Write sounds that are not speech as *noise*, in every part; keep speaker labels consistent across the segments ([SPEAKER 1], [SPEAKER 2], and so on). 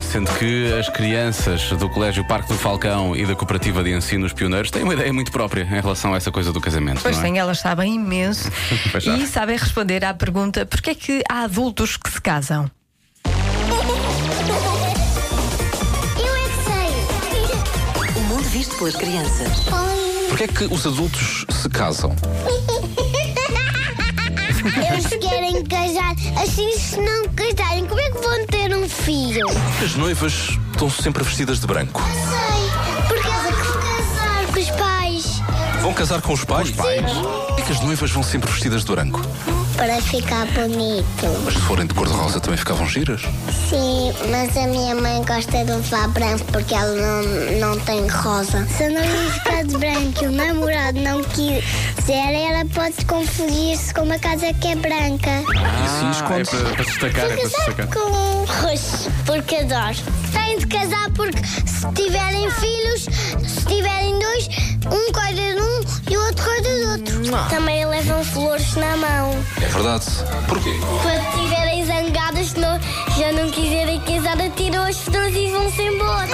[SPEAKER 1] sendo que as crianças do Colégio Parque do Falcão e da Cooperativa de Ensino Os Pioneiros têm uma ideia muito própria em relação a essa coisa do casamento.
[SPEAKER 2] Pois
[SPEAKER 1] não é?
[SPEAKER 2] sim, elas sabem imenso
[SPEAKER 1] *laughs* Pois sabe.
[SPEAKER 2] e sabem responder à pergunta porquê é que há adultos que se casam?
[SPEAKER 3] Eu é que sei.
[SPEAKER 4] O mundo visto pelas crianças.
[SPEAKER 1] Porquê é que os adultos se casam?
[SPEAKER 3] Eles querem casar, assim se não casarem, como é que vão ter um filho?
[SPEAKER 5] As noivas estão sempre vestidas de branco.
[SPEAKER 3] Sei, porque eles vão casar com os pais.
[SPEAKER 5] Vão casar com os pais? pais. Porquê que as noivas vão sempre vestidas de branco?
[SPEAKER 3] Para ficar bonito.
[SPEAKER 5] Mas se forem de cor-de-rosa também ficavam giras?
[SPEAKER 3] Sim, mas a minha mãe gosta de levar branco porque ela não, não tem rosa. Se não ia ficar de branco e o namorado não quiser, ela pode confundir-se com uma casa que é branca.
[SPEAKER 1] Sim, é para, para destacar, é para destacar.
[SPEAKER 3] com um roxo, porque adoro. Têm de casar porque se tiverem filhos, se tiverem dois, um cuida de um e o outro cuida do outro. Também levam flores na mão.
[SPEAKER 5] É verdade. Porquê?
[SPEAKER 3] Quando estiverem zangadas, se não, já não quiserem casar, atiram as flores e vão-se embora.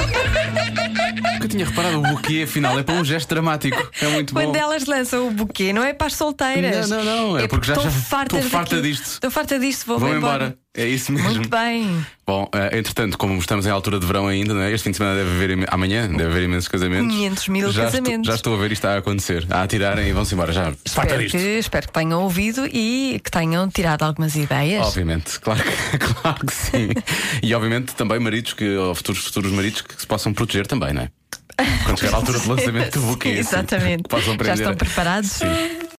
[SPEAKER 1] Nunca tinha reparado o buquê, afinal, é para um gesto dramático. É muito
[SPEAKER 2] Quando
[SPEAKER 1] bom.
[SPEAKER 2] elas lançam o buquê, não é para as solteiras.
[SPEAKER 1] Não, não, não, é porque já-
[SPEAKER 2] estou
[SPEAKER 1] já-
[SPEAKER 2] farta,
[SPEAKER 1] estou farta
[SPEAKER 2] daquilo.
[SPEAKER 1] disto.
[SPEAKER 2] Estou farta disto, vou,
[SPEAKER 1] Vão
[SPEAKER 2] embora.
[SPEAKER 1] embora. É isso mesmo.
[SPEAKER 2] Muito bem.
[SPEAKER 1] Bom, eh, entretanto, como estamos em altura de verão ainda, não é? este fim de semana deve haver, im- amanhã deve haver imensos casamentos.
[SPEAKER 2] 500 mil
[SPEAKER 1] já Estou,
[SPEAKER 2] casamentos.
[SPEAKER 1] já estou a ver isto a acontecer, a atirarem e vão-se embora. Já, é farta
[SPEAKER 2] Espero
[SPEAKER 1] disto.
[SPEAKER 2] que, espero que tenham ouvido e que tenham tirado algumas ideias.
[SPEAKER 1] Obviamente, claro que, *laughs* claro que sim. E obviamente também maridos que, ou futuros, futuros maridos que se possam proteger
[SPEAKER 2] *laughs*
[SPEAKER 1] também, não é? Quando chegar a altura do lançamento do buquê.
[SPEAKER 2] Sim,
[SPEAKER 1] assim,
[SPEAKER 2] Exatamente.
[SPEAKER 1] possam
[SPEAKER 2] Já
[SPEAKER 1] aprender.
[SPEAKER 2] estão preparados?
[SPEAKER 1] Sim.